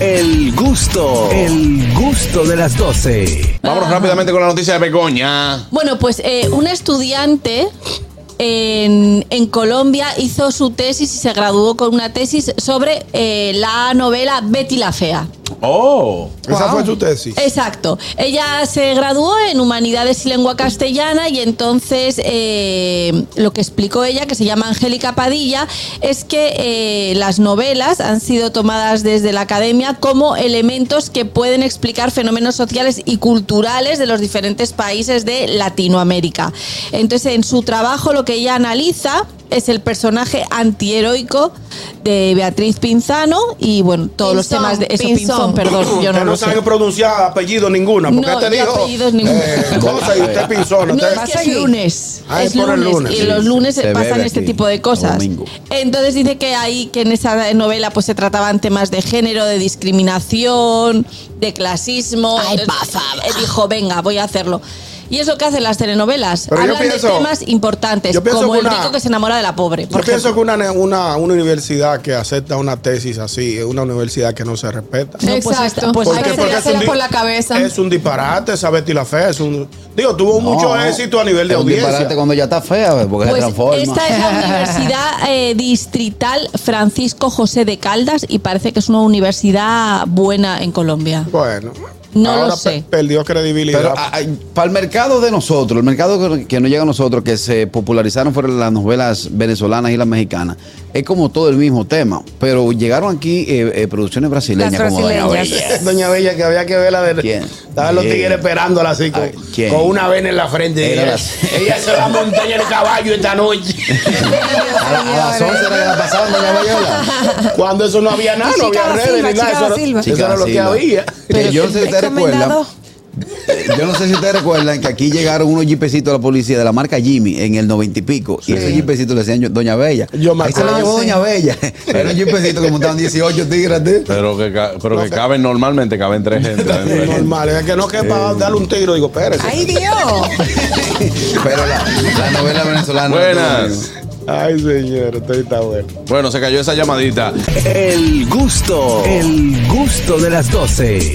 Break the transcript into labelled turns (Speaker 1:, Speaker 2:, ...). Speaker 1: El gusto, el gusto de las 12.
Speaker 2: Vámonos rápidamente con la noticia de Begoña.
Speaker 3: Bueno, pues eh, un estudiante en, en Colombia hizo su tesis y se graduó con una tesis sobre eh, la novela Betty la Fea.
Speaker 2: Oh.
Speaker 4: Esa fue su tesis.
Speaker 3: Eh, Exacto. Ella se graduó en Humanidades y Lengua Castellana y entonces eh, lo que explicó ella, que se llama Angélica Padilla, es que eh, las novelas han sido tomadas desde la academia como elementos que pueden explicar fenómenos sociales y culturales de los diferentes países de Latinoamérica. Entonces, en su trabajo lo que ella analiza es el personaje antiheroico de Beatriz Pinzano y bueno, todos los
Speaker 5: Pinzón,
Speaker 3: temas de eso, Pinzón,
Speaker 5: Pinzón.
Speaker 3: perdón, yo no
Speaker 4: Usted
Speaker 3: lo
Speaker 4: no
Speaker 3: sé.
Speaker 4: sabe pronunciar apellido ninguna, porque
Speaker 3: No,
Speaker 4: este
Speaker 3: yo
Speaker 4: dijo,
Speaker 3: apellidos ninguno.
Speaker 4: eh, cosa y usted pinzón.
Speaker 3: No,
Speaker 4: usted-
Speaker 3: es que es lunes.
Speaker 4: Ah,
Speaker 3: es
Speaker 4: es por el
Speaker 3: lunes,
Speaker 4: lunes,
Speaker 3: Y
Speaker 4: sí.
Speaker 3: los lunes
Speaker 6: Se
Speaker 3: pasan
Speaker 6: bebe
Speaker 3: este
Speaker 6: aquí,
Speaker 3: tipo de
Speaker 6: a
Speaker 3: cosas.
Speaker 6: domingo.
Speaker 3: Entonces dice que ahí, que en esa novela pues se trataban temas de género, de discriminación, de clasismo.
Speaker 5: Ay,
Speaker 3: Entonces,
Speaker 5: por favor.
Speaker 3: eh, Dijo, venga, voy a hacerlo. Y es lo que hacen las telenovelas.
Speaker 4: Pero yo
Speaker 3: Hablan
Speaker 4: pienso-
Speaker 3: de temas importantes,
Speaker 4: yo pienso
Speaker 3: como
Speaker 4: que
Speaker 3: el
Speaker 4: una-
Speaker 3: rico que se enamora de la pobre.
Speaker 4: Yo
Speaker 3: por
Speaker 4: pienso
Speaker 3: ejemplo.
Speaker 4: que una, una, una universidad que acepta una tesis así es una universidad que no se respeta.
Speaker 3: No, pues
Speaker 5: Exacto.
Speaker 3: está- pues
Speaker 5: ¿Por
Speaker 3: hay
Speaker 5: qué?
Speaker 3: que
Speaker 5: Porque
Speaker 3: hacer-
Speaker 5: hacerla
Speaker 4: di-
Speaker 5: por la cabeza.
Speaker 4: Es un disparate esa Betty la Fea. Es un, digo, tuvo mucho éxito a nivel de
Speaker 6: es un
Speaker 4: audiencia.
Speaker 6: disparate cuando ya está fea, porque se
Speaker 3: Pues
Speaker 6: transforma.
Speaker 3: esta es la Universidad eh, Distrital Francisco José de Caldas y parece que es una universidad buena en Colombia.
Speaker 4: Bueno,
Speaker 3: No lo
Speaker 4: ahora
Speaker 3: sé.
Speaker 4: pe- perdió credibilidad.
Speaker 6: Pero ah, para el mercado de nosotros, el mercado que, que no llega a nosotros, que se popularizaron fueron las novelas venezolanas y las mexicanas, es como todo el mismo tema. Pero llegaron aquí eh, eh, producciones brasileñas,
Speaker 5: Las
Speaker 6: como Doña
Speaker 5: brasileñas.
Speaker 6: Bella.
Speaker 4: Doña Bella, que había que verla de.
Speaker 6: ¿Quién?
Speaker 4: Estaban los
Speaker 6: ¿Quién?
Speaker 4: tigres esperándola así con,
Speaker 6: Ay, ¿quién?
Speaker 4: con una vena en la frente.
Speaker 6: Era
Speaker 4: Ella,
Speaker 6: la-
Speaker 4: ella se va a montar en el caballo esta noche.
Speaker 6: A, la- a las 11 era que la pasaban, Doña Bella.
Speaker 4: Cuando eso no había nada, no
Speaker 5: Chica
Speaker 4: había
Speaker 5: da
Speaker 4: redes
Speaker 5: Silva,
Speaker 4: ni nada.
Speaker 5: chica da
Speaker 4: Eso era,
Speaker 5: Silva.
Speaker 4: eso era lo que
Speaker 6: Chica da Silva.
Speaker 4: había.
Speaker 6: Que yo no sé si ustedes recuerdan.
Speaker 5: Recomendado.
Speaker 6: eh, Yo no sé si ustedes recuerdan que aquí llegaron unos jeepecitos de la policía de la marca Jimmy en el noventa y pico. Y esos jeepecitos le decían Doña Bella.
Speaker 4: Yo me
Speaker 6: Ahí se lo
Speaker 4: acuerdo.
Speaker 6: llevó Doña Bella. Era un jeepecito que montaban 18 tigres, tío.
Speaker 2: Pero que, ca- pero que caben normalmente, caben tres gente. dentro de-
Speaker 4: Normal, es que no quepa
Speaker 6: Eh.
Speaker 4: darle un tiro, digo, espérese.
Speaker 5: ¡Ay, Dios!
Speaker 6: Pero la, la novela venezolana.
Speaker 2: Buenas.
Speaker 4: Ay, señor, estoy tan bueno.
Speaker 2: Bueno, se cayó esa llamadita.
Speaker 1: El gusto, el gusto de las 12.